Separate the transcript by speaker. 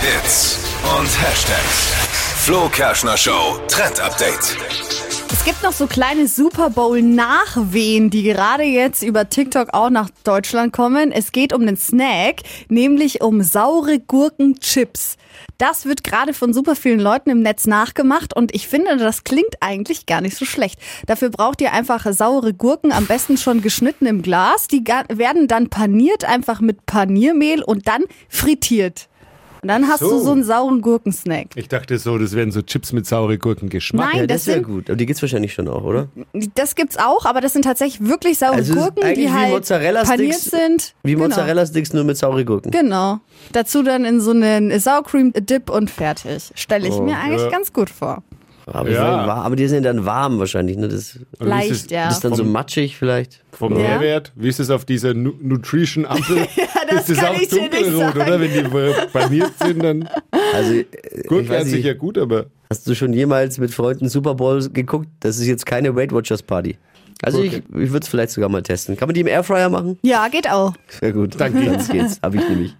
Speaker 1: Hits und Hashtags. Flo Kerschner Show Trend Update.
Speaker 2: Es gibt noch so kleine Super Bowl-Nachwehen, die gerade jetzt über TikTok auch nach Deutschland kommen. Es geht um den Snack, nämlich um saure Gurkenchips. Das wird gerade von super vielen Leuten im Netz nachgemacht und ich finde, das klingt eigentlich gar nicht so schlecht. Dafür braucht ihr einfach saure Gurken, am besten schon geschnitten im Glas. Die ga- werden dann paniert, einfach mit Paniermehl und dann frittiert. Und dann hast
Speaker 3: So.
Speaker 2: du so einen sauren Gurkensnack.
Speaker 3: Ich dachte so, das wären so Chips mit saure Gurkengeschmack.
Speaker 2: Nein,
Speaker 4: ja,
Speaker 2: das
Speaker 4: das wäre
Speaker 2: sind-
Speaker 4: gut. Aber die gibt's wahrscheinlich schon auch, oder?
Speaker 2: Das gibt's auch, aber das sind tatsächlich wirklich saure
Speaker 4: Also es ist
Speaker 2: Gurken,
Speaker 4: eigentlich
Speaker 2: die
Speaker 4: wie
Speaker 2: halt
Speaker 4: Mozzarella-Sticks-
Speaker 2: paniert sind.
Speaker 4: Wie Mozzarella-Sticks nur mit saure Gurken.
Speaker 2: Genau. genau. Dazu dann in so einen Sour Cream Dip und fertig. Stelle ich mir eigentlich
Speaker 3: ja.
Speaker 2: ganz gut vor.
Speaker 4: Aber, die
Speaker 3: Ja.
Speaker 4: sind warm, aber die sind dann warm wahrscheinlich. Ne? Das
Speaker 3: Oder wie ist
Speaker 2: Leicht,
Speaker 3: es-
Speaker 2: ja.
Speaker 4: ist dann so
Speaker 3: Vom-
Speaker 4: matschig vielleicht.
Speaker 3: Vom
Speaker 2: Ja.
Speaker 3: Mehrwert, wie ist es auf dieser Nu- Nutrition-Ampel?
Speaker 2: das
Speaker 3: ist es
Speaker 2: kann
Speaker 3: auch
Speaker 2: ich dir nicht
Speaker 3: dunkelrot,
Speaker 2: sagen.
Speaker 3: oder? Wenn die äh, paniert sind, dann
Speaker 4: Also, äh, ich
Speaker 3: Gurke
Speaker 4: weiß
Speaker 3: hört sich
Speaker 4: nicht,
Speaker 3: ja gut, aber
Speaker 4: hast du schon jemals mit Freunden Super Bowl geguckt? Das ist jetzt keine Weight Watchers Party. Also ich, ich würde es vielleicht sogar mal testen. Kann man die im Airfryer machen?
Speaker 2: Ja, geht auch.
Speaker 4: Sehr gut, dann geht's. geht's. Hab ich nämlich.